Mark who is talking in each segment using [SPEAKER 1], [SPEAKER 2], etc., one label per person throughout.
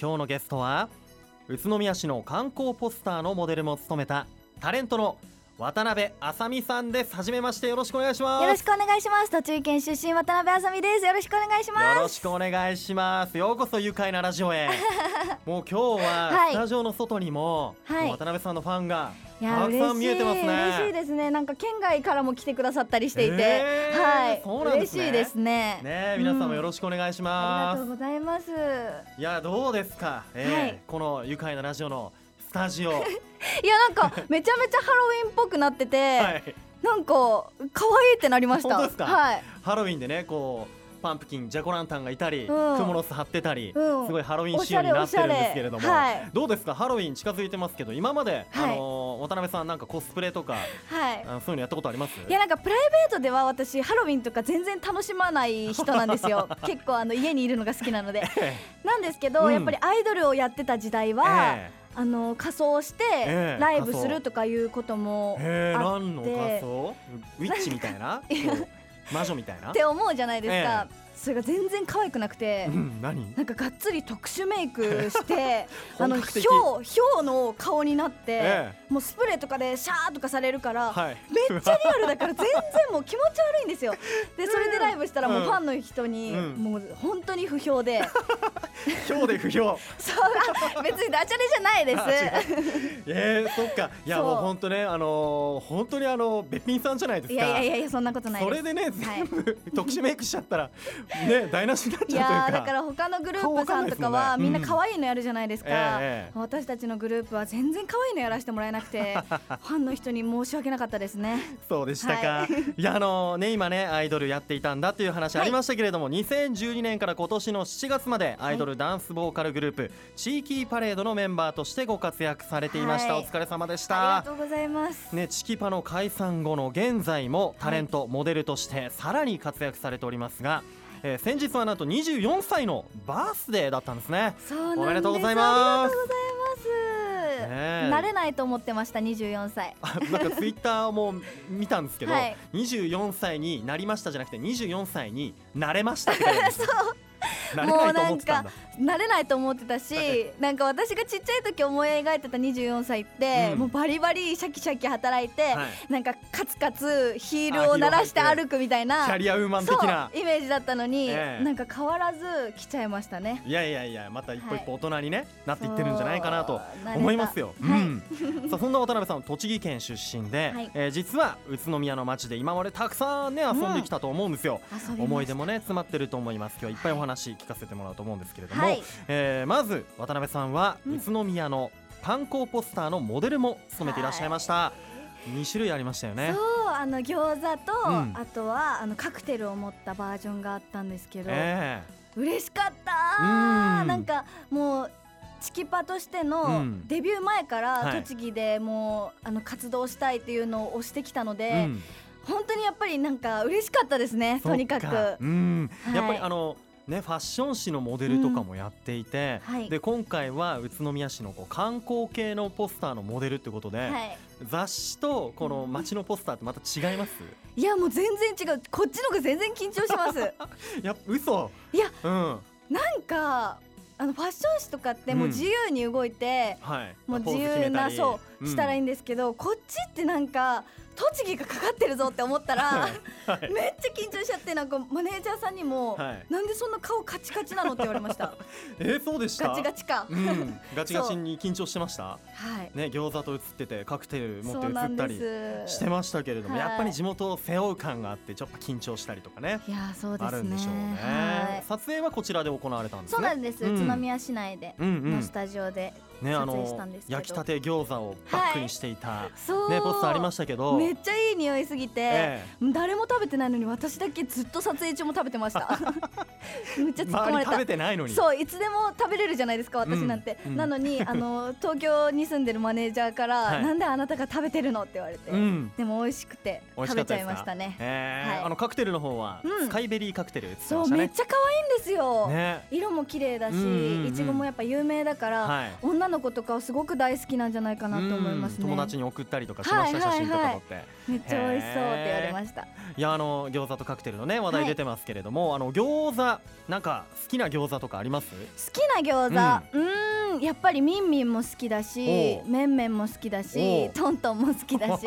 [SPEAKER 1] 今日のゲストは宇都宮市の観光ポスターのモデルも務めたタレントの渡辺あさみさんですはじめましてよろしくお願いします
[SPEAKER 2] よろしくお願いします栃木県出身渡辺あさみですよろしくお願いします
[SPEAKER 1] よろしくお願いしますようこそ愉快なラジオ へもう今日は
[SPEAKER 2] はい
[SPEAKER 1] スタジオの外にも,、
[SPEAKER 2] はい
[SPEAKER 1] 渡辺さんのファンが
[SPEAKER 2] い
[SPEAKER 1] た
[SPEAKER 2] や
[SPEAKER 1] く
[SPEAKER 2] 嬉
[SPEAKER 1] さ
[SPEAKER 2] し
[SPEAKER 1] ん
[SPEAKER 2] い
[SPEAKER 1] 見えてますね
[SPEAKER 2] 嬉しいですねなんか県外からも来てくださったりしていて、
[SPEAKER 1] えー
[SPEAKER 2] はい
[SPEAKER 1] そうなんですね
[SPEAKER 2] 嬉しいですね
[SPEAKER 1] ねえ皆さんもよ
[SPEAKER 2] しく
[SPEAKER 1] ろしくお願いし
[SPEAKER 2] あ
[SPEAKER 1] ま
[SPEAKER 2] り
[SPEAKER 1] す、
[SPEAKER 2] がとうございますい
[SPEAKER 1] いやどうですか、ええ
[SPEAKER 2] はい
[SPEAKER 1] この愉快なラジオのスタジオ は
[SPEAKER 2] やなんかめちゃめちゃハロウィンっぽくなってて、
[SPEAKER 1] い
[SPEAKER 2] なんか可愛いってなりました
[SPEAKER 1] 本当ですか
[SPEAKER 2] はい、
[SPEAKER 1] ハロウィンでねこうパンプキンジャコランタンがいたり、
[SPEAKER 2] ん
[SPEAKER 1] クモの巣張ってたり、
[SPEAKER 2] うん
[SPEAKER 1] すごいハロウィン
[SPEAKER 2] お
[SPEAKER 1] 仕
[SPEAKER 2] し
[SPEAKER 1] 様
[SPEAKER 2] ゃ
[SPEAKER 1] に
[SPEAKER 2] れ
[SPEAKER 1] な
[SPEAKER 2] お
[SPEAKER 1] っ
[SPEAKER 2] してゃ
[SPEAKER 1] るん
[SPEAKER 2] れ
[SPEAKER 1] ですけれども、
[SPEAKER 2] はい
[SPEAKER 1] どうですかハロウィン近づいてますけど今まで、
[SPEAKER 2] はい
[SPEAKER 1] あのー渡辺さんなんかコスプレとか
[SPEAKER 2] はい
[SPEAKER 1] あのそういうのやったことあります
[SPEAKER 2] いやなんかプライベートでは私ハロウィンとか全然楽しまない人なんで すよ結構あの家にいるのが好きなので
[SPEAKER 1] え
[SPEAKER 2] なんですけど、
[SPEAKER 1] うん
[SPEAKER 2] やっぱりアイドルをやってた時代
[SPEAKER 1] え
[SPEAKER 2] は、
[SPEAKER 1] え
[SPEAKER 2] あの仮装して
[SPEAKER 1] ええ
[SPEAKER 2] ライブ
[SPEAKER 1] 仮装
[SPEAKER 2] するとかいうことも
[SPEAKER 1] えええ
[SPEAKER 2] あ
[SPEAKER 1] 何の仮装ウィッチみたい なこう魔女みたいな
[SPEAKER 2] って思うじゃないですか、それが全然可愛くなくて
[SPEAKER 1] う。ん何
[SPEAKER 2] なんかがっつり特殊メイクして あの
[SPEAKER 1] 本格
[SPEAKER 2] ひ
[SPEAKER 1] 的
[SPEAKER 2] ょうひょうの顔になって、
[SPEAKER 1] え
[SPEAKER 2] もうスプレーとかでシャーとかされるから、
[SPEAKER 1] はい
[SPEAKER 2] めっちゃリアルだから全然もう気持ち悪いんですよでそれでライブしたらもうファンの人に、
[SPEAKER 1] うん
[SPEAKER 2] もう本当に不 評で
[SPEAKER 1] 今日で不 評
[SPEAKER 2] そうあ別にダジャレじゃないで
[SPEAKER 1] あ
[SPEAKER 2] す
[SPEAKER 1] ええそっかいや
[SPEAKER 2] そう
[SPEAKER 1] もう本当ねあのー本当にあのべっぴんさんじゃないですか
[SPEAKER 2] いやいやいやいやそんなことない
[SPEAKER 1] そ
[SPEAKER 2] で
[SPEAKER 1] れ
[SPEAKER 2] す
[SPEAKER 1] でね全部、特殊メイクしちゃったらね台無しになっ
[SPEAKER 2] い
[SPEAKER 1] ちゃうという
[SPEAKER 2] や
[SPEAKER 1] か
[SPEAKER 2] ーだから他のグループさんと
[SPEAKER 1] 顔
[SPEAKER 2] かは
[SPEAKER 1] わかんないですもんね
[SPEAKER 2] みんな可愛いのやるじゃないですか、
[SPEAKER 1] うんええええ
[SPEAKER 2] 私たちのグループは全然可愛いのやらせてもらえなく てファンの人に申し訳なかったですね
[SPEAKER 1] そうでしたか、、
[SPEAKER 2] はい
[SPEAKER 1] やあのね今ねアイドルやっていたんだっていう話ありましたけれども、2012年から今年の7月までアイドルダンスボーカルグループ、地域パレードのメンバーとしてご活躍されていました、
[SPEAKER 2] はい
[SPEAKER 1] お疲れ様でし
[SPEAKER 2] あ
[SPEAKER 1] た
[SPEAKER 2] りがとうございます
[SPEAKER 1] ね、チキパの解散後の現在もタレント、モデルとしてさらに活躍されておりますが、えー先日はなんと24歳のバースデーだったんですね
[SPEAKER 2] そうなんです
[SPEAKER 1] おめでとうございます
[SPEAKER 2] ありがとうございます、
[SPEAKER 1] ねえ
[SPEAKER 2] 慣れないと思ってました24歳
[SPEAKER 1] あなんかツイッターも見たんですけど、
[SPEAKER 2] はい
[SPEAKER 1] 24歳になりましたじゃなくて24歳になれましたって書いてあるんです よ なれないと思ってたんだ
[SPEAKER 2] 慣れないと思ってたし、なんか私がちっちゃい時思い描いてた24歳って、
[SPEAKER 1] うん
[SPEAKER 2] もうバリバリシャキシャキ働いて、
[SPEAKER 1] はい
[SPEAKER 2] なんかカツカツヒールを鳴らして歩くみたいな
[SPEAKER 1] キャリアウーマン
[SPEAKER 2] そ
[SPEAKER 1] 的
[SPEAKER 2] う
[SPEAKER 1] な
[SPEAKER 2] イメージだったのに、
[SPEAKER 1] ええ
[SPEAKER 2] なんか変わらず来ちゃいましたね
[SPEAKER 1] いやいやいやまた一歩一歩大人に、ねなっていってるんじゃないかなと
[SPEAKER 2] そう慣れた
[SPEAKER 1] 思いますよ、
[SPEAKER 2] はい
[SPEAKER 1] うん、さあそんな渡辺さん栃木県出身で、
[SPEAKER 2] はい
[SPEAKER 1] えー実は宇都宮の街で今までたくさんね遊んできたと思うんですよ、
[SPEAKER 2] 遊びました
[SPEAKER 1] 思い出もね詰まってると思います今日いっぱいお話聞かせてもらうと思うんですけれども、
[SPEAKER 2] はい
[SPEAKER 1] えーまず渡辺さんは
[SPEAKER 2] うん
[SPEAKER 1] 宇都宮の観光ポスターのモデルも務めていらっしゃいました、二2種類ありましたよね
[SPEAKER 2] そうあの餃子と、
[SPEAKER 1] うん
[SPEAKER 2] あとはあのカクテルを持ったバージョンがあったんですけど、
[SPEAKER 1] え
[SPEAKER 2] 嬉しかった
[SPEAKER 1] うん
[SPEAKER 2] ーなんかもうチキパとして
[SPEAKER 1] う
[SPEAKER 2] の
[SPEAKER 1] ん
[SPEAKER 2] デビュー前か
[SPEAKER 1] は
[SPEAKER 2] ら
[SPEAKER 1] い
[SPEAKER 2] 栃木でもうあの活動したいっていうのを推してきたので、
[SPEAKER 1] えうん
[SPEAKER 2] 本当にやっぱりなんか嬉しかったですねとにかく
[SPEAKER 1] そっうん
[SPEAKER 2] はい
[SPEAKER 1] やっぱりあのねファッション誌のモデルとかもやっていて、
[SPEAKER 2] うんはい
[SPEAKER 1] で今回は宇都宮市のこう観光系のポスターのモデルってことで、
[SPEAKER 2] はい
[SPEAKER 1] 雑誌とこの街のポスターってまた違います
[SPEAKER 2] いやもう全然違うこっちの方が全然緊張 します
[SPEAKER 1] やっぱ嘘
[SPEAKER 2] いや
[SPEAKER 1] うんは
[SPEAKER 2] なんかあのファッション誌とかってもう自由に動いて、
[SPEAKER 1] い
[SPEAKER 2] もう自由なそ
[SPEAKER 1] うん
[SPEAKER 2] うしたらいいんですけど、こっちってなんか栃木がかかってるぞって思っ たら
[SPEAKER 1] はい
[SPEAKER 2] めっちゃ緊張しちゃってなんかマネージャーさんにも、
[SPEAKER 1] はい
[SPEAKER 2] なんでそんな顔カチカチなのって言われました
[SPEAKER 1] えー、そうで した
[SPEAKER 2] ガチガチか、
[SPEAKER 1] うん、ガチガチに緊張してました
[SPEAKER 2] はい
[SPEAKER 1] ね餃子と写っててカクテル持っ
[SPEAKER 2] そ
[SPEAKER 1] て
[SPEAKER 2] うな
[SPEAKER 1] 写
[SPEAKER 2] ん
[SPEAKER 1] った
[SPEAKER 2] で
[SPEAKER 1] り
[SPEAKER 2] す
[SPEAKER 1] してましたけれども、
[SPEAKER 2] はい
[SPEAKER 1] やっぱり地元を背負う感があってちょっと緊張したりとかね
[SPEAKER 2] いやそうですね
[SPEAKER 1] あるんでしょうね、
[SPEAKER 2] はい
[SPEAKER 1] 撮影はこちらで行われたんですね
[SPEAKER 2] そうなんです、
[SPEAKER 1] うん
[SPEAKER 2] 宇都宮市内で
[SPEAKER 1] うんうん
[SPEAKER 2] のスタジオで、
[SPEAKER 1] ねあ
[SPEAKER 2] 撮影し
[SPEAKER 1] の
[SPEAKER 2] たんですけど
[SPEAKER 1] 焼きたて餃子をバックにしていた、
[SPEAKER 2] そう
[SPEAKER 1] ねポスターありましたけど
[SPEAKER 2] めっちゃいい匂いすぎて、
[SPEAKER 1] え
[SPEAKER 2] 誰も食べてないのに私だけずっと撮影中も食べてました めっちゃ突っ込
[SPEAKER 1] 周
[SPEAKER 2] ま
[SPEAKER 1] り
[SPEAKER 2] れ
[SPEAKER 1] 食
[SPEAKER 2] た
[SPEAKER 1] べてないのに
[SPEAKER 2] そういつでも食べれるじゃないですか私なんて、
[SPEAKER 1] うんうん
[SPEAKER 2] なのに あの東京に住んでるマネージャーから、
[SPEAKER 1] はい
[SPEAKER 2] なんであなたが食べてるのって言われて、
[SPEAKER 1] うん
[SPEAKER 2] でも美味しくて
[SPEAKER 1] 美味し
[SPEAKER 2] 食
[SPEAKER 1] か
[SPEAKER 2] べ
[SPEAKER 1] っ
[SPEAKER 2] ち
[SPEAKER 1] た
[SPEAKER 2] ゃ
[SPEAKER 1] で
[SPEAKER 2] い
[SPEAKER 1] すか
[SPEAKER 2] ましたね
[SPEAKER 1] え
[SPEAKER 2] はい
[SPEAKER 1] あのカクテルの方は、
[SPEAKER 2] うん
[SPEAKER 1] スカイベリーカクテル写って
[SPEAKER 2] そ
[SPEAKER 1] ま
[SPEAKER 2] う
[SPEAKER 1] した
[SPEAKER 2] めっ
[SPEAKER 1] ね
[SPEAKER 2] ちゃ可愛いんですよ、
[SPEAKER 1] ね
[SPEAKER 2] 色も綺麗だし、
[SPEAKER 1] うんうんうん
[SPEAKER 2] いちごもやっぱ有名だから、
[SPEAKER 1] はい
[SPEAKER 2] 女の子とかはすごく大好きなんじゃないかなと思いますね
[SPEAKER 1] 友達に送ったりとかしました、写真とか撮って、い
[SPEAKER 2] めっちゃ美味しそうって言われました
[SPEAKER 1] やあの餃子とカクテルのね話題出てますけれども、あの餃子なんか好きな餃子とかあります
[SPEAKER 2] 好きな餃子うーんやっぱりみんみんも好きだし
[SPEAKER 1] おう
[SPEAKER 2] めんめんも好きだ
[SPEAKER 1] おう
[SPEAKER 2] しトントンも好 きだし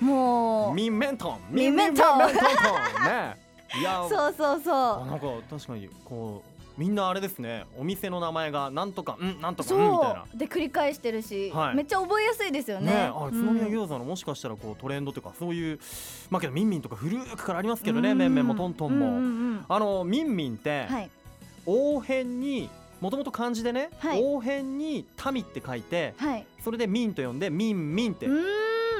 [SPEAKER 2] もう
[SPEAKER 1] ミンメントン
[SPEAKER 2] ミンメントン
[SPEAKER 1] ミンメントントンねいや
[SPEAKER 2] そうそう
[SPEAKER 1] あ
[SPEAKER 2] そ
[SPEAKER 1] なんか確かにこうみんなあれですねお店の名前がなんとかうんなんと
[SPEAKER 2] う
[SPEAKER 1] かうんみたい
[SPEAKER 2] そ
[SPEAKER 1] な
[SPEAKER 2] うで繰り返してるし、
[SPEAKER 1] はい
[SPEAKER 2] めっちゃ覚えやすいですよね
[SPEAKER 1] ねあ宇都宮
[SPEAKER 2] うん
[SPEAKER 1] 餃子のもしかしたらこうトレンドというかそういうまあけどみんみんとか古くからありますけど
[SPEAKER 2] う
[SPEAKER 1] ね
[SPEAKER 2] ん
[SPEAKER 1] めんめんもとんとん
[SPEAKER 2] う
[SPEAKER 1] も
[SPEAKER 2] んうん
[SPEAKER 1] あのみんみんっ
[SPEAKER 2] う
[SPEAKER 1] て
[SPEAKER 2] んはい
[SPEAKER 1] 応変にもともと漢字でね
[SPEAKER 2] はい
[SPEAKER 1] 応変に民って書いて
[SPEAKER 2] はい
[SPEAKER 1] それで民と呼んでみんみんって
[SPEAKER 2] うー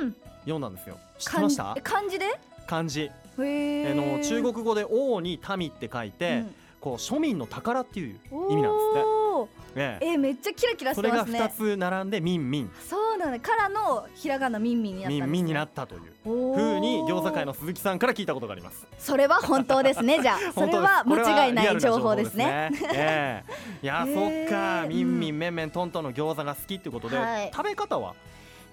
[SPEAKER 2] ん
[SPEAKER 1] 読んだんですよ知って
[SPEAKER 2] 漢
[SPEAKER 1] ま
[SPEAKER 2] 字
[SPEAKER 1] した
[SPEAKER 2] え漢字で
[SPEAKER 1] 漢字あ
[SPEAKER 2] へ
[SPEAKER 1] の中国語で王に民って書いてこう庶民の宝っていう意味なんですってええ
[SPEAKER 2] えめっちゃキラキラし
[SPEAKER 1] そ
[SPEAKER 2] て
[SPEAKER 1] れ
[SPEAKER 2] ま
[SPEAKER 1] が
[SPEAKER 2] す
[SPEAKER 1] 2
[SPEAKER 2] ね
[SPEAKER 1] つ並んでミンミン
[SPEAKER 2] そうなんだからのひらがなみんみんになったん
[SPEAKER 1] ミ
[SPEAKER 2] です、ね、
[SPEAKER 1] ンミンになったという
[SPEAKER 2] ふ
[SPEAKER 1] ふうに餃子界の鈴木さんから聞いたことがあります
[SPEAKER 2] それは本当ですねじ ゃあそ
[SPEAKER 1] 本
[SPEAKER 2] れ
[SPEAKER 1] 当です
[SPEAKER 2] は
[SPEAKER 1] こ
[SPEAKER 2] 間違いな
[SPEAKER 1] リア
[SPEAKER 2] い
[SPEAKER 1] ル
[SPEAKER 2] 情報ですね
[SPEAKER 1] 情報ですねええいや
[SPEAKER 2] へ
[SPEAKER 1] そっ
[SPEAKER 2] え
[SPEAKER 1] か
[SPEAKER 2] うん
[SPEAKER 1] ミンミンメンメントントンの餃子が好きっていうことで
[SPEAKER 2] はい
[SPEAKER 1] 食べ方は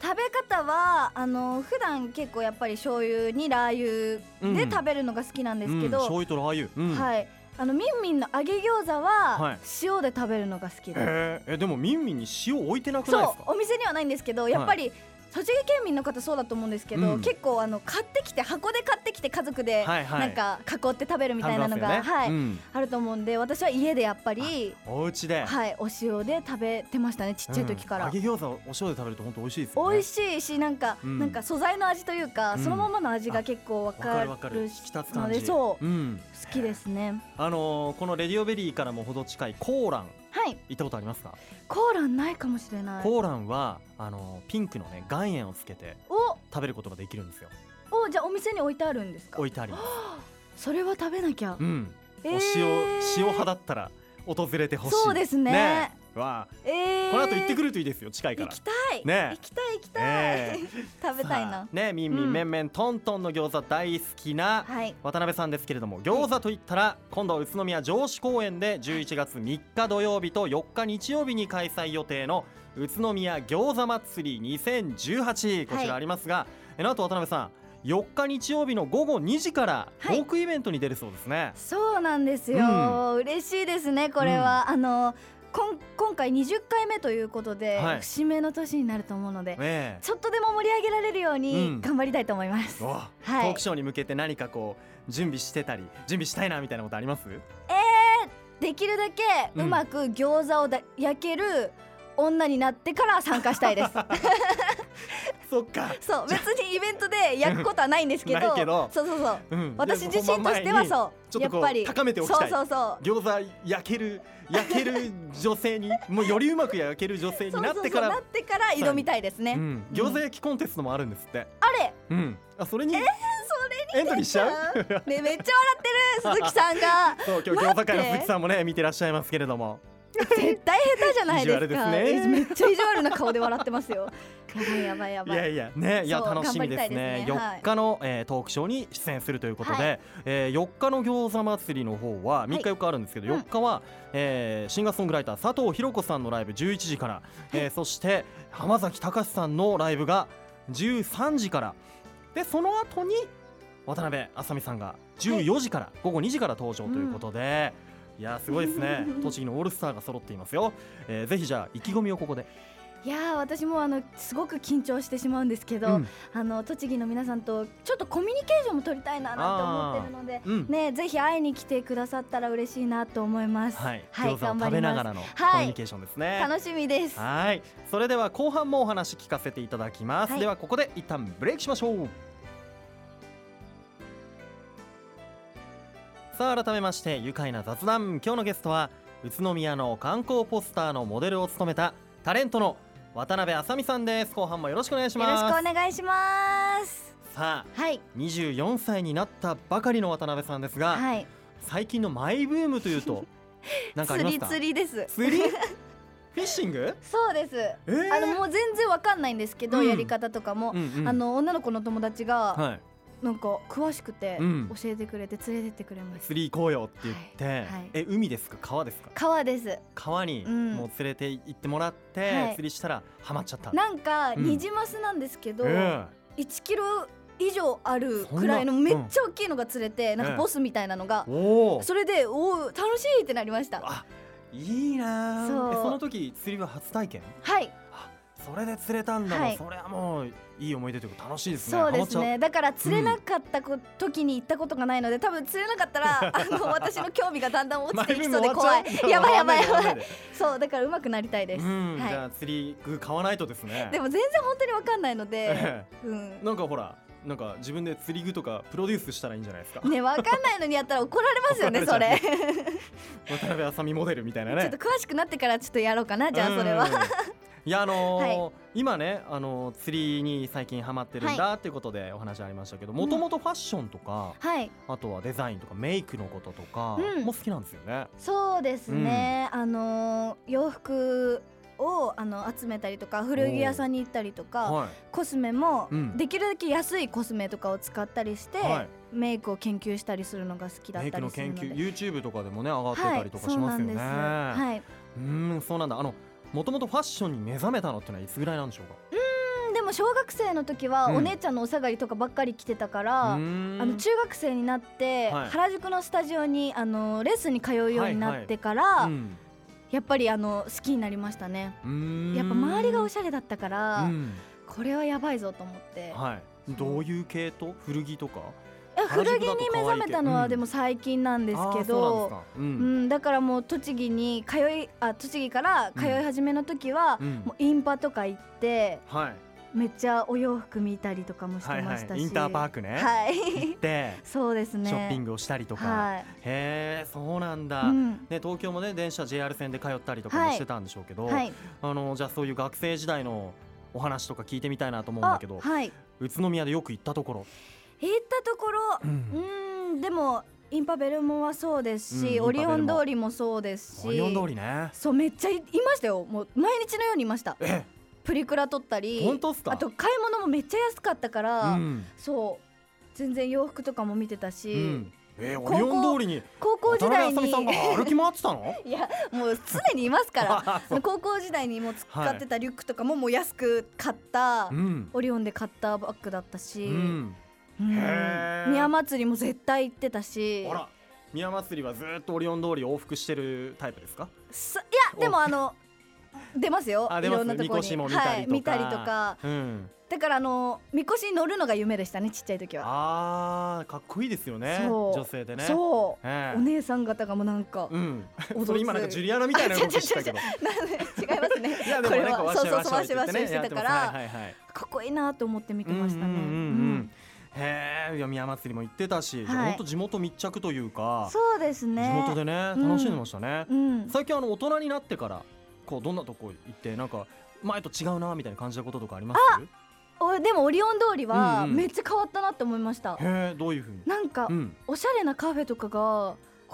[SPEAKER 2] 食べ方はあの普段結構やっぱり醤油にラー油
[SPEAKER 1] うん
[SPEAKER 2] で食べるのが好きなんで
[SPEAKER 1] う
[SPEAKER 2] す
[SPEAKER 1] ん
[SPEAKER 2] けど、
[SPEAKER 1] 醤油とラー油うん
[SPEAKER 2] はいあのみんみんの揚げ餃子
[SPEAKER 1] はい
[SPEAKER 2] は塩で食べるのが好きです、
[SPEAKER 1] へええでもミンミンに塩置いてなくないです
[SPEAKER 2] そ
[SPEAKER 1] か
[SPEAKER 2] うお店にはないんですけどやっぱり、栃木県民の方そうだと思うんですけど、
[SPEAKER 1] うん
[SPEAKER 2] 結構あの買ってきて箱で買ってきて家族で
[SPEAKER 1] はいは
[SPEAKER 2] ないんか囲って食べるみたいなの
[SPEAKER 1] 食べ
[SPEAKER 2] が、
[SPEAKER 1] ますよね
[SPEAKER 2] はい
[SPEAKER 1] うん
[SPEAKER 2] あると思うんで私は家でやっぱり、
[SPEAKER 1] お家で
[SPEAKER 2] はい、お塩で食べてましたねちっちゃい時から、
[SPEAKER 1] うん揚げ餃子をお塩で食べると本当美味しいですよね
[SPEAKER 2] 美味しいしなんか、
[SPEAKER 1] うん
[SPEAKER 2] なんか素材の味というか、
[SPEAKER 1] うん
[SPEAKER 2] そのままの味が結構わ
[SPEAKER 1] わか
[SPEAKER 2] か
[SPEAKER 1] るわかる
[SPEAKER 2] る
[SPEAKER 1] 引き立つ
[SPEAKER 2] の
[SPEAKER 1] 感
[SPEAKER 2] で
[SPEAKER 1] じ
[SPEAKER 2] そう、
[SPEAKER 1] うん
[SPEAKER 2] 好きですね
[SPEAKER 1] あのーこのレディオベリーからもほど近いコーラン
[SPEAKER 2] はい
[SPEAKER 1] 行ったことありますか、
[SPEAKER 2] コーランないかもしれない
[SPEAKER 1] コーランはあのピンクのね岩塩をつけて
[SPEAKER 2] お
[SPEAKER 1] 食べることができるんですよ
[SPEAKER 2] おじゃあお店に置いてあるんですか
[SPEAKER 1] 置いてあります
[SPEAKER 2] それは食べなきゃ、
[SPEAKER 1] うん、
[SPEAKER 2] え
[SPEAKER 1] お
[SPEAKER 2] ー
[SPEAKER 1] 塩塩派だったら訪れてほしい
[SPEAKER 2] そうですね
[SPEAKER 1] わあ
[SPEAKER 2] えー、
[SPEAKER 1] この後行ってく
[SPEAKER 2] る
[SPEAKER 1] るといいですよ近いか
[SPEAKER 2] 行
[SPEAKER 1] ら
[SPEAKER 2] きたい、
[SPEAKER 1] ね
[SPEAKER 2] 行きたい行きたい、
[SPEAKER 1] え
[SPEAKER 2] 食べたい
[SPEAKER 1] さ
[SPEAKER 2] な
[SPEAKER 1] あねみんみ
[SPEAKER 2] うんん
[SPEAKER 1] めんめんとんとんの餃子大好きな
[SPEAKER 2] はい
[SPEAKER 1] 渡辺さんですけれども餃子といったら今度は宇都宮城址公園で11月3日土曜日と4日日曜日に開催予定の宇都宮餃子祭り2018こちらありますが、えなんと渡辺さん4日日曜日の午後2時からト
[SPEAKER 2] はい
[SPEAKER 1] ークイベントに出るそうですね。
[SPEAKER 2] そうなんですよ、嬉しいですねこれは、あのこん今回20回目ということで、
[SPEAKER 1] はい
[SPEAKER 2] 節目の年になると思うので
[SPEAKER 1] ねえ
[SPEAKER 2] ちょっとでも盛り上げられるよう
[SPEAKER 1] うん
[SPEAKER 2] に頑張りたいと思います。
[SPEAKER 1] うわ
[SPEAKER 2] はい
[SPEAKER 1] トークショーに向けて何かこう準備してたり準備したいなみたいなことあります
[SPEAKER 2] できるだけ
[SPEAKER 1] うん
[SPEAKER 2] うまく餃子をだ焼ける女になってから参加したいです。
[SPEAKER 1] そっか、
[SPEAKER 2] そう別にイベントで焼くことはないんですけど、
[SPEAKER 1] ないけど
[SPEAKER 2] そうそうそう。
[SPEAKER 1] うん
[SPEAKER 2] 私自身として
[SPEAKER 1] でも本番前
[SPEAKER 2] は
[SPEAKER 1] に
[SPEAKER 2] そう、
[SPEAKER 1] ちょ
[SPEAKER 2] や
[SPEAKER 1] っと
[SPEAKER 2] っ
[SPEAKER 1] こう
[SPEAKER 2] ぱり
[SPEAKER 1] 高めておきたい
[SPEAKER 2] そうそうそう。
[SPEAKER 1] 餃子焼ける焼ける女性にもうよりうまく焼ける女性になってか
[SPEAKER 2] そうそうそうな
[SPEAKER 1] ら
[SPEAKER 2] ってから挑みたいですね。
[SPEAKER 1] うん餃子焼きコンテストもあるんですって
[SPEAKER 2] あれ
[SPEAKER 1] うんあそれにエントリーしちゃう
[SPEAKER 2] ねめっちゃ笑ってる鈴木さ んが
[SPEAKER 1] そう今日餃子界の鈴木さんもね見てらっしゃいますけれども
[SPEAKER 2] 絶対下手じゃないですか
[SPEAKER 1] 意地悪ですね
[SPEAKER 2] めっちゃ意地悪な顔で笑ってますよ。やばいやば
[SPEAKER 1] い
[SPEAKER 2] いやばい。
[SPEAKER 1] やいやねいや
[SPEAKER 2] そう
[SPEAKER 1] 楽しみですね
[SPEAKER 2] 頑張りたいですね
[SPEAKER 1] 4日のえートークショーに出演するということ
[SPEAKER 2] は
[SPEAKER 1] でえー4日の餃子祭りの方は3日4日あるんですけど
[SPEAKER 2] うん
[SPEAKER 1] 4日はえーシンガーソングライター佐藤弘子さんのライブ11時からえーそして浜崎隆さんのライブが13時からでその後に渡辺あさみさんが14時から、午後2時から登場ということで、いやーすごいです ね栃木のオールスターが揃っていますよ、えー、ぜひじゃあ意気込みをここで、
[SPEAKER 2] いやー私もあのすごく緊張してしまうんですけど、
[SPEAKER 1] うん
[SPEAKER 2] あの栃木の皆さんとちょっとコミュニケーションも取りたいななんて思ってるので、
[SPEAKER 1] うん
[SPEAKER 2] ねぜひ会いに来てくださったら嬉しいなと思います。
[SPEAKER 1] はい、餃子を食べながらのコミュニケーションですね、
[SPEAKER 2] 頑張ります楽しみです。
[SPEAKER 1] はいそれでは後半もお話聞かせていただきます、
[SPEAKER 2] はい
[SPEAKER 1] ではここで一旦ブレイクしましょうさあ改めまして愉快な雑談今日のゲストは宇都宮の観光ポスターのモデルを務めたタレントの渡辺あさみさんです後半もよろしくお願いし
[SPEAKER 2] よ
[SPEAKER 1] ま
[SPEAKER 2] ろし
[SPEAKER 1] す
[SPEAKER 2] くお願いします。
[SPEAKER 1] さあ
[SPEAKER 2] はい
[SPEAKER 1] 24歳になったばかりの渡辺さんですが、
[SPEAKER 2] はい。
[SPEAKER 1] 最近のマイブームという となんかあり
[SPEAKER 2] 釣
[SPEAKER 1] ますか
[SPEAKER 2] り釣りです。
[SPEAKER 1] 釣り フィッシング
[SPEAKER 2] そうです。
[SPEAKER 1] えー
[SPEAKER 2] あのもう全然わかんないんですけど、
[SPEAKER 1] うん
[SPEAKER 2] やり方とかも、
[SPEAKER 1] うんうん
[SPEAKER 2] あの女の子の友達が、
[SPEAKER 1] はい
[SPEAKER 2] なんか詳しくて
[SPEAKER 1] うん
[SPEAKER 2] 教えてくれて連れてってくれました
[SPEAKER 1] 釣り行こうよって言って、
[SPEAKER 2] はいはい
[SPEAKER 1] え海ですか川ですか
[SPEAKER 2] 川です
[SPEAKER 1] 川に
[SPEAKER 2] うん
[SPEAKER 1] もう連れて行ってもらって、
[SPEAKER 2] はい
[SPEAKER 1] 釣りしたらハマっちゃった
[SPEAKER 2] なんか
[SPEAKER 1] うん
[SPEAKER 2] ニジマスなんですけど、
[SPEAKER 1] え
[SPEAKER 2] 1キロ以上あるくらいの
[SPEAKER 1] そん
[SPEAKER 2] め
[SPEAKER 1] な
[SPEAKER 2] っちゃ大きいのが釣れて、なん
[SPEAKER 1] ええ
[SPEAKER 2] かボスみたいなのが
[SPEAKER 1] え、おお
[SPEAKER 2] それでおー楽しいってなりました
[SPEAKER 1] あいいなあ
[SPEAKER 2] そう
[SPEAKER 1] えその時釣りは初体験
[SPEAKER 2] はい
[SPEAKER 1] それで釣れたんだもん、
[SPEAKER 2] はい
[SPEAKER 1] それはもういい思い出というか楽しいですね
[SPEAKER 2] そうです
[SPEAKER 1] ハマっちゃ
[SPEAKER 2] ねだから釣れなかったこ、時に行ったことがないので多分釣れなかった らあの私の興味がだんだん落ちていきそうで怖い
[SPEAKER 1] 前にも終
[SPEAKER 2] やばいやばい
[SPEAKER 1] わっちゃ
[SPEAKER 2] や
[SPEAKER 1] う
[SPEAKER 2] ばいそうだから上手くなりたいで す、
[SPEAKER 1] うん、
[SPEAKER 2] はい
[SPEAKER 1] じゃあ釣り具買わないとですね
[SPEAKER 2] でも全然本当にわかんない ので、
[SPEAKER 1] え
[SPEAKER 2] うん
[SPEAKER 1] えなんかほらなんか自分で釣り具とかプロデュースしたらいいんじゃないですか、
[SPEAKER 2] ねわかんないのにやったら怒られますよね
[SPEAKER 1] 怒
[SPEAKER 2] そ
[SPEAKER 1] られ
[SPEAKER 2] れ
[SPEAKER 1] ち渡辺あさみモデルみたいな
[SPEAKER 2] ちょっ
[SPEAKER 1] ね
[SPEAKER 2] と詳しくなってからちょっとやろうかなじゃあそれは、
[SPEAKER 1] うんいやあのー
[SPEAKER 2] は
[SPEAKER 1] 今ねあのー釣りに最近ハマってるんだっていうことでお話ありましたけどもともとファッションとか、
[SPEAKER 2] はい
[SPEAKER 1] あとはデザインとかメイクのこととか
[SPEAKER 2] うん
[SPEAKER 1] も好きなんですよね。
[SPEAKER 2] そうですね、あの洋服をあの集めたりとか古着屋さんに行ったりとか
[SPEAKER 1] は
[SPEAKER 2] コスメも、
[SPEAKER 1] うん
[SPEAKER 2] できるだけ安いコスメとかを使ったりして、
[SPEAKER 1] い、はい、
[SPEAKER 2] メイクを研究したりするのが好きだっ
[SPEAKER 1] メイ
[SPEAKER 2] た
[SPEAKER 1] ク
[SPEAKER 2] り
[SPEAKER 1] の
[SPEAKER 2] する
[SPEAKER 1] 研
[SPEAKER 2] ので
[SPEAKER 1] 究 YouTube とかでもね上がってたりとかしますよね。
[SPEAKER 2] はい、そうなんです、
[SPEAKER 1] うーんそうなんだあのもともとファッションに目覚めたのってのはいつぐらいなんでしょうか
[SPEAKER 2] はい、うんでも小学生の時は
[SPEAKER 1] うん
[SPEAKER 2] お姉ちゃんのお下がりとかばっかり着てたから、
[SPEAKER 1] うーん
[SPEAKER 2] あの中学生になって、
[SPEAKER 1] はい
[SPEAKER 2] 原宿のスタジオにあのレッスンに通うようになってから、
[SPEAKER 1] うん
[SPEAKER 2] やっぱりあの好きになりましたね
[SPEAKER 1] うーん
[SPEAKER 2] やっぱ周りがお
[SPEAKER 1] ゃ
[SPEAKER 2] しゃれだったから、
[SPEAKER 1] うん
[SPEAKER 2] これはやばいぞと思って、
[SPEAKER 1] はい、どういう系と古着とか
[SPEAKER 2] いや
[SPEAKER 1] 原
[SPEAKER 2] 古
[SPEAKER 1] 宿だ
[SPEAKER 2] 着
[SPEAKER 1] と
[SPEAKER 2] に目覚めたの
[SPEAKER 1] 可愛いけどう
[SPEAKER 2] は
[SPEAKER 1] ん
[SPEAKER 2] でも最近なんです
[SPEAKER 1] あ
[SPEAKER 2] け
[SPEAKER 1] ーそうなん
[SPEAKER 2] ど
[SPEAKER 1] です、かうん
[SPEAKER 2] うん、だからもう栃木に通いあ栃木から通い始めの時は、
[SPEAKER 1] うん
[SPEAKER 2] もうインパとか行って
[SPEAKER 1] はい
[SPEAKER 2] めっちゃお洋服見たりとかもして
[SPEAKER 1] はい
[SPEAKER 2] ま
[SPEAKER 1] は
[SPEAKER 2] したし、
[SPEAKER 1] いインターパークね、
[SPEAKER 2] はい
[SPEAKER 1] 行って
[SPEAKER 2] そうですね
[SPEAKER 1] ショッピン
[SPEAKER 2] グ
[SPEAKER 1] グをしたりとか、
[SPEAKER 2] はい、
[SPEAKER 1] へえそうなんだ、
[SPEAKER 2] うん
[SPEAKER 1] ね東京もね電車 JR 線で通ったりとかもしてたんでしょうけど、
[SPEAKER 2] はい、
[SPEAKER 1] あのじゃあそういう学生時代のお話とか聞いてみたいなと思うんだ
[SPEAKER 2] あ
[SPEAKER 1] けど、
[SPEAKER 2] はい
[SPEAKER 1] 宇都宮でよく行ったところ、
[SPEAKER 2] 行ったところ
[SPEAKER 1] う、
[SPEAKER 2] うんーんでもインパベルモはそうですし、
[SPEAKER 1] うん
[SPEAKER 2] オリオン通りもそうですし
[SPEAKER 1] オリオン通りね
[SPEAKER 2] そうめっちゃいいましたよもう毎日のようにいました
[SPEAKER 1] え
[SPEAKER 2] プリクラ撮ったり
[SPEAKER 1] 本当っすか
[SPEAKER 2] あと買い物もめっちゃ安かったか
[SPEAKER 1] う
[SPEAKER 2] ら、
[SPEAKER 1] ん、
[SPEAKER 2] そう全然洋服とかも見てたし、
[SPEAKER 1] うん、えー
[SPEAKER 2] 高
[SPEAKER 1] オ
[SPEAKER 2] 校
[SPEAKER 1] リオン通りに
[SPEAKER 2] 高校時
[SPEAKER 1] 渡
[SPEAKER 2] 代
[SPEAKER 1] 辺あさ
[SPEAKER 2] に
[SPEAKER 1] みさんが歩き回ってたの
[SPEAKER 2] いやもう常にいま すから
[SPEAKER 1] そう
[SPEAKER 2] 高校時代にもう使ってたリュックとかももう安く買った、
[SPEAKER 1] うん、
[SPEAKER 2] オリオンで買ったバッグだったし、
[SPEAKER 1] う
[SPEAKER 2] うん
[SPEAKER 1] ん、へー
[SPEAKER 2] 宮祭りも絶対行ってたし
[SPEAKER 1] あら宮祭りはずーっとオリオン通りを往復してるタイプですか
[SPEAKER 2] すいやでもあの出ますよ
[SPEAKER 1] あ
[SPEAKER 2] い
[SPEAKER 1] 出ます
[SPEAKER 2] ろんなとこ
[SPEAKER 1] みこし
[SPEAKER 2] に
[SPEAKER 1] も見たりとか
[SPEAKER 2] はい、見たりとか
[SPEAKER 1] うん
[SPEAKER 2] だからあのみこしに乗るのが夢でしたねちっちゃい時は、
[SPEAKER 1] あーかっこいいですよね
[SPEAKER 2] そう
[SPEAKER 1] 女性でねう、
[SPEAKER 2] そう、
[SPEAKER 1] ええ
[SPEAKER 2] お姉さん方がもうなんか、
[SPEAKER 1] うん
[SPEAKER 2] 踊 る、
[SPEAKER 1] それ今なんかジュリアナみたいな動きしたけど
[SPEAKER 2] なんで違いますね
[SPEAKER 1] いやで
[SPEAKER 2] こ
[SPEAKER 1] も
[SPEAKER 2] れ
[SPEAKER 1] なんか
[SPEAKER 2] は
[SPEAKER 1] わ
[SPEAKER 2] そう
[SPEAKER 1] しゃ
[SPEAKER 2] そ
[SPEAKER 1] わ
[SPEAKER 2] う
[SPEAKER 1] し
[SPEAKER 2] そう
[SPEAKER 1] ゃ
[SPEAKER 2] わ
[SPEAKER 1] 言っ
[SPEAKER 2] し
[SPEAKER 1] ね
[SPEAKER 2] てわしわし
[SPEAKER 1] や
[SPEAKER 2] してたか
[SPEAKER 1] って
[SPEAKER 2] ら
[SPEAKER 1] ますはいはいはい
[SPEAKER 2] かっこいいなと思って見て
[SPEAKER 1] うんうん
[SPEAKER 2] ま
[SPEAKER 1] う
[SPEAKER 2] したね。
[SPEAKER 1] んうんへえいや宮祭りも行ってたし、
[SPEAKER 2] はい
[SPEAKER 1] 本当地元密着という
[SPEAKER 2] う
[SPEAKER 1] か
[SPEAKER 2] ん、そうですね。
[SPEAKER 1] 地元でね
[SPEAKER 2] うん
[SPEAKER 1] 楽しんでましたね、
[SPEAKER 2] うん、
[SPEAKER 1] 最近あの大人になってからこうどんなとこ行ってなんか前と違うなみたいな感じたこととかあります
[SPEAKER 2] おでもオリオン通り
[SPEAKER 1] う
[SPEAKER 2] は
[SPEAKER 1] んうん
[SPEAKER 2] めっちゃ変わったなって思いました。
[SPEAKER 1] へえどういうふうに
[SPEAKER 2] なんか
[SPEAKER 1] うん
[SPEAKER 2] おしゃれなカフェとかが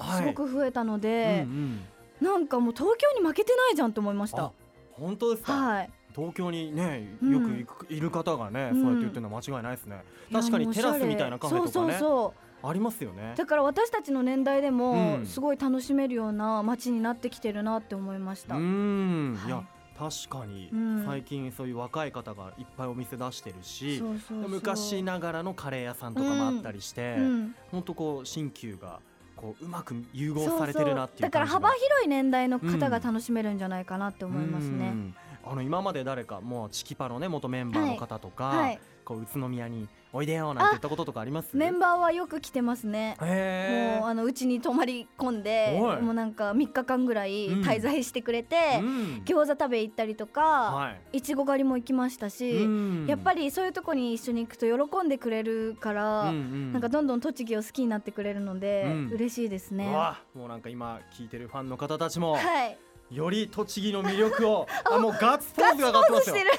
[SPEAKER 1] はい
[SPEAKER 2] すごく増えたの
[SPEAKER 1] うんう
[SPEAKER 2] で、
[SPEAKER 1] ん
[SPEAKER 2] なんかもう東京に負けてないじゃんと思いました
[SPEAKER 1] あ。本当ですか、
[SPEAKER 2] はい。
[SPEAKER 1] 東京にね
[SPEAKER 2] うん
[SPEAKER 1] よく行く、いる方がね
[SPEAKER 2] うん
[SPEAKER 1] そうやって言ってるのは間違いないですね、
[SPEAKER 2] いや
[SPEAKER 1] 確か
[SPEAKER 2] も
[SPEAKER 1] に
[SPEAKER 2] うおし
[SPEAKER 1] テ
[SPEAKER 2] ゃれ
[SPEAKER 1] ラスみたいなカフェとか
[SPEAKER 2] そう
[SPEAKER 1] ね
[SPEAKER 2] そうそ
[SPEAKER 1] ありますよね
[SPEAKER 2] う。だから私たちの年代で
[SPEAKER 1] うん
[SPEAKER 2] もすごい楽しめるような街になってきてるなって思いまし
[SPEAKER 1] う
[SPEAKER 2] た。
[SPEAKER 1] ーん、
[SPEAKER 2] はい
[SPEAKER 1] い、や確かに、
[SPEAKER 2] うん
[SPEAKER 1] 最近そういう若い方がいっぱいお店出してるし
[SPEAKER 2] そうそうそう。
[SPEAKER 1] 昔ながらのカレー屋さんとかもあったりして、
[SPEAKER 2] うん。
[SPEAKER 1] ほんとこう新旧がこううまく融
[SPEAKER 2] そうそ
[SPEAKER 1] 合されてるなっていう
[SPEAKER 2] だから
[SPEAKER 1] 感じが
[SPEAKER 2] 幅広い年代の方
[SPEAKER 1] う
[SPEAKER 2] が
[SPEAKER 1] ん
[SPEAKER 2] 楽しめるんじゃないかなって思います
[SPEAKER 1] う
[SPEAKER 2] ね。
[SPEAKER 1] んあの今まで誰かもうチキパのね元メンバーの方とか、
[SPEAKER 2] はい、
[SPEAKER 1] こう宇都宮においでよなんて言ったこととかあります
[SPEAKER 2] メンバーはよく来てますね。
[SPEAKER 1] へ
[SPEAKER 2] もうあのうちに泊まり込んで、
[SPEAKER 1] おい
[SPEAKER 2] もうなんか3日間ぐらい
[SPEAKER 1] うん
[SPEAKER 2] 滞在してくれ
[SPEAKER 1] え
[SPEAKER 2] て、
[SPEAKER 1] うん
[SPEAKER 2] 餃子食べ行ったりとか、
[SPEAKER 1] はい
[SPEAKER 2] ちご狩りも行きました
[SPEAKER 1] い
[SPEAKER 2] し、やっぱ
[SPEAKER 1] り、
[SPEAKER 2] りそういうとこに一緒に行くと喜んでくれるから、なんか
[SPEAKER 1] ど
[SPEAKER 2] どんどん栃木を好きになってくれるので、
[SPEAKER 1] うん
[SPEAKER 2] 嬉しいですね。は
[SPEAKER 1] わもうなんか今聞いてるファンの方たちも、
[SPEAKER 2] い、
[SPEAKER 1] より栃木の魅力 をあもうガッツポーズが上がってます
[SPEAKER 2] し
[SPEAKER 1] よ
[SPEAKER 2] てる。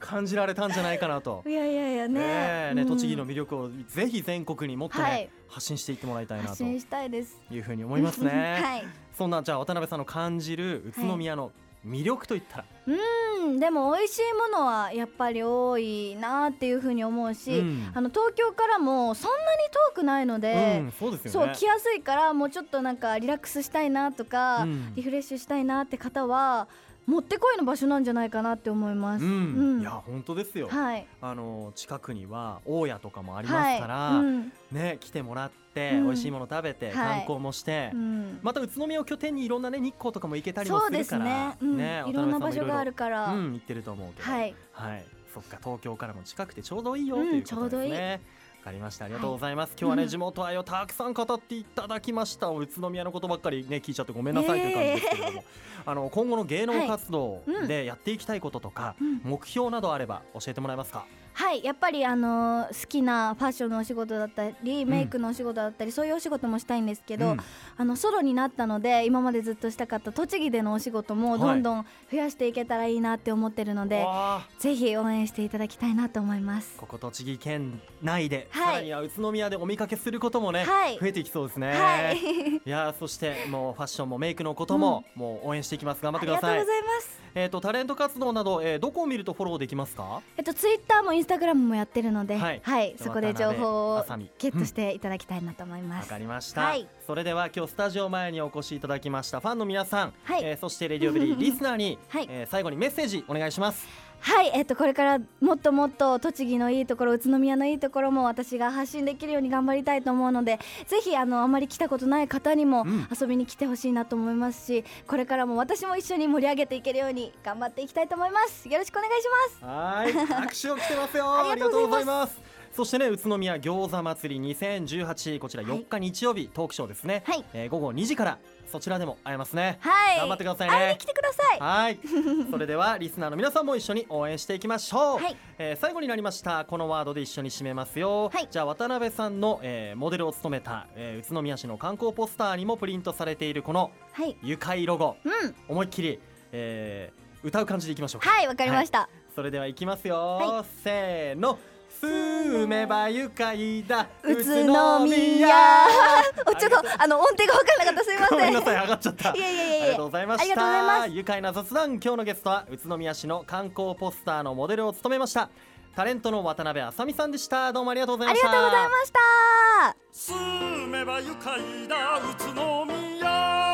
[SPEAKER 1] 感じられたんじゃないかなと
[SPEAKER 2] いやいやいやね。
[SPEAKER 1] えね
[SPEAKER 2] うん
[SPEAKER 1] 栃木の魅力をぜひ全国にもっとね、
[SPEAKER 2] はい
[SPEAKER 1] 発信していってもらいたいな
[SPEAKER 2] 発
[SPEAKER 1] と
[SPEAKER 2] 信したいです。
[SPEAKER 1] いうふうに思いますね、
[SPEAKER 2] はい。
[SPEAKER 1] そんなじゃあ渡辺さんの感じる宇都宮の魅力といったら
[SPEAKER 2] ううんでも美味しいものはやっぱり多いなっていうふうに思うし、
[SPEAKER 1] うん
[SPEAKER 2] あの東京からもそんなに遠くないので、
[SPEAKER 1] うん、そうです
[SPEAKER 2] そ
[SPEAKER 1] よ
[SPEAKER 2] う
[SPEAKER 1] ね
[SPEAKER 2] 来やすいからもうちょっとなんかリラックスしたいなとか、
[SPEAKER 1] うん
[SPEAKER 2] リフレッシュしたいなって方はもってこいの場所なんじゃないかなって思います。
[SPEAKER 1] うん
[SPEAKER 2] うん
[SPEAKER 1] いや本当ですよ、
[SPEAKER 2] はい、
[SPEAKER 1] あの近くには大家とかもあ
[SPEAKER 2] あ
[SPEAKER 1] りますから、
[SPEAKER 2] はいうん
[SPEAKER 1] ね来てもらって、
[SPEAKER 2] うん
[SPEAKER 1] 美味しいもの食べて、
[SPEAKER 2] はい
[SPEAKER 1] 観光もして、
[SPEAKER 2] うん
[SPEAKER 1] また宇都宮を拠点にいろんなね日光とかも行けたりも
[SPEAKER 2] そう
[SPEAKER 1] す
[SPEAKER 2] で
[SPEAKER 1] る
[SPEAKER 2] す
[SPEAKER 1] から
[SPEAKER 2] ね,、うん、いろん
[SPEAKER 1] 渡
[SPEAKER 2] な場
[SPEAKER 1] 辺さ
[SPEAKER 2] 所
[SPEAKER 1] もいろいろ
[SPEAKER 2] があるから、
[SPEAKER 1] うん、行ってると思うけど、
[SPEAKER 2] はい、
[SPEAKER 1] はい、そっか東京からも近くてちょうどいいよと
[SPEAKER 2] うん
[SPEAKER 1] いうこと
[SPEAKER 2] ちょう
[SPEAKER 1] で
[SPEAKER 2] どい
[SPEAKER 1] す
[SPEAKER 2] い
[SPEAKER 1] ね。わかりましたありがとうございます、今日はね、
[SPEAKER 2] うん
[SPEAKER 1] 地元愛をたくさん語っていただきました宇都宮のことばっかりね聞いちゃってごめんなさいという感じですけれども、あの今後の芸能活動
[SPEAKER 2] はいうん
[SPEAKER 1] でやっていきたいこととか、
[SPEAKER 2] うん
[SPEAKER 1] 目標などあれば教えてもらえますか、
[SPEAKER 2] はいやっぱりあのー好きなファッションのお仕事だったりメイクのお仕事だったり、そういうお仕事もしたいんですけ
[SPEAKER 1] う
[SPEAKER 2] ど、
[SPEAKER 1] ん
[SPEAKER 2] あのソロになったので今までずっとしたかった栃木でのお仕事もどんどん増やしていけたらいいなって思ってるので、
[SPEAKER 1] わあ
[SPEAKER 2] ぜひ応援していただきたいなと思います
[SPEAKER 1] ここ栃木県内で、
[SPEAKER 2] は
[SPEAKER 1] さ
[SPEAKER 2] い
[SPEAKER 1] らには宇都宮でお見かけすることもね、
[SPEAKER 2] はい
[SPEAKER 1] 増えていきそうですね。
[SPEAKER 2] はい
[SPEAKER 1] いやーそしてもうファッションもメイクのことも、もう応援していきます頑張っ
[SPEAKER 2] あ
[SPEAKER 1] て
[SPEAKER 2] り
[SPEAKER 1] くだ
[SPEAKER 2] がとう
[SPEAKER 1] さ
[SPEAKER 2] ござ
[SPEAKER 1] い
[SPEAKER 2] います
[SPEAKER 1] えっ、とタレント活動など、えーどこを見るとフォローできますか
[SPEAKER 2] えっとツイッターもインスタグラムもやってるので
[SPEAKER 1] は
[SPEAKER 2] はいい、そこで情報
[SPEAKER 1] 渡
[SPEAKER 2] を
[SPEAKER 1] 辺あさみ
[SPEAKER 2] ゲットしていただきたいなと思い
[SPEAKER 1] わ
[SPEAKER 2] ます、
[SPEAKER 1] かりました、
[SPEAKER 2] はい
[SPEAKER 1] それでは今日スタジオ前にお越しいただきましたファンの皆さん、
[SPEAKER 2] はい
[SPEAKER 1] えーそしてレディオベリーリスナーに、
[SPEAKER 2] はい
[SPEAKER 1] えー最後にメッセージお願いします
[SPEAKER 2] はい、えっと、これからもっともっと栃木のいいところ宇都宮のいいところも私が発信できるように頑張りたいと思うのでぜひあのあまり来たことない方にも
[SPEAKER 1] うん
[SPEAKER 2] 遊びに来てほしいなと思いますし、これからも私も一緒に盛り上げていけるように頑張っていきたいと思いますよろしくお願いします
[SPEAKER 1] は ーい拍手を来てますよ
[SPEAKER 2] ありがとうござい
[SPEAKER 1] ありがとうございますそしてね宇都宮餃子祭り2018こちら
[SPEAKER 2] はい
[SPEAKER 1] 4日日曜日、トークショーですね、
[SPEAKER 2] はい
[SPEAKER 1] えー午後2時からそちらでも会えますね
[SPEAKER 2] はい
[SPEAKER 1] 頑張ってくださいね
[SPEAKER 2] 会いに来てください
[SPEAKER 1] はい、それではリスナーの皆さんも一緒に応援していきましょう、
[SPEAKER 2] はい
[SPEAKER 1] えー最後になりましたこのワードで一緒に締めますよ、
[SPEAKER 2] はい
[SPEAKER 1] じゃあ渡辺さんの、えーモデルを務めた、えー宇都宮市の観光ポスターにもプリントされているこの
[SPEAKER 2] はい
[SPEAKER 1] 愉快ロゴ
[SPEAKER 2] うん
[SPEAKER 1] 思いっきり、えー歌う感じでいきましょうか
[SPEAKER 2] はいわかりました、
[SPEAKER 1] それではいきますよ、
[SPEAKER 2] は
[SPEAKER 1] せーの住めば愉快だ
[SPEAKER 2] 宇都宮 おちょ
[SPEAKER 1] あり
[SPEAKER 2] っ
[SPEAKER 1] がとう
[SPEAKER 2] とあの音程が分からなかったすみませ
[SPEAKER 1] ご
[SPEAKER 2] ん
[SPEAKER 1] めんなさい上がっちゃった
[SPEAKER 2] いやいやいやいや
[SPEAKER 1] ありがとうございました
[SPEAKER 2] ありがとうございます
[SPEAKER 1] 愉快な雑談今日のゲストは宇都宮市の観光ポスターのモデルを務めましたタレントの渡辺あさみさんでしたどうもありがとうございま
[SPEAKER 2] あり
[SPEAKER 1] した
[SPEAKER 2] がとうございました
[SPEAKER 1] 住めば愉快だ宇都宮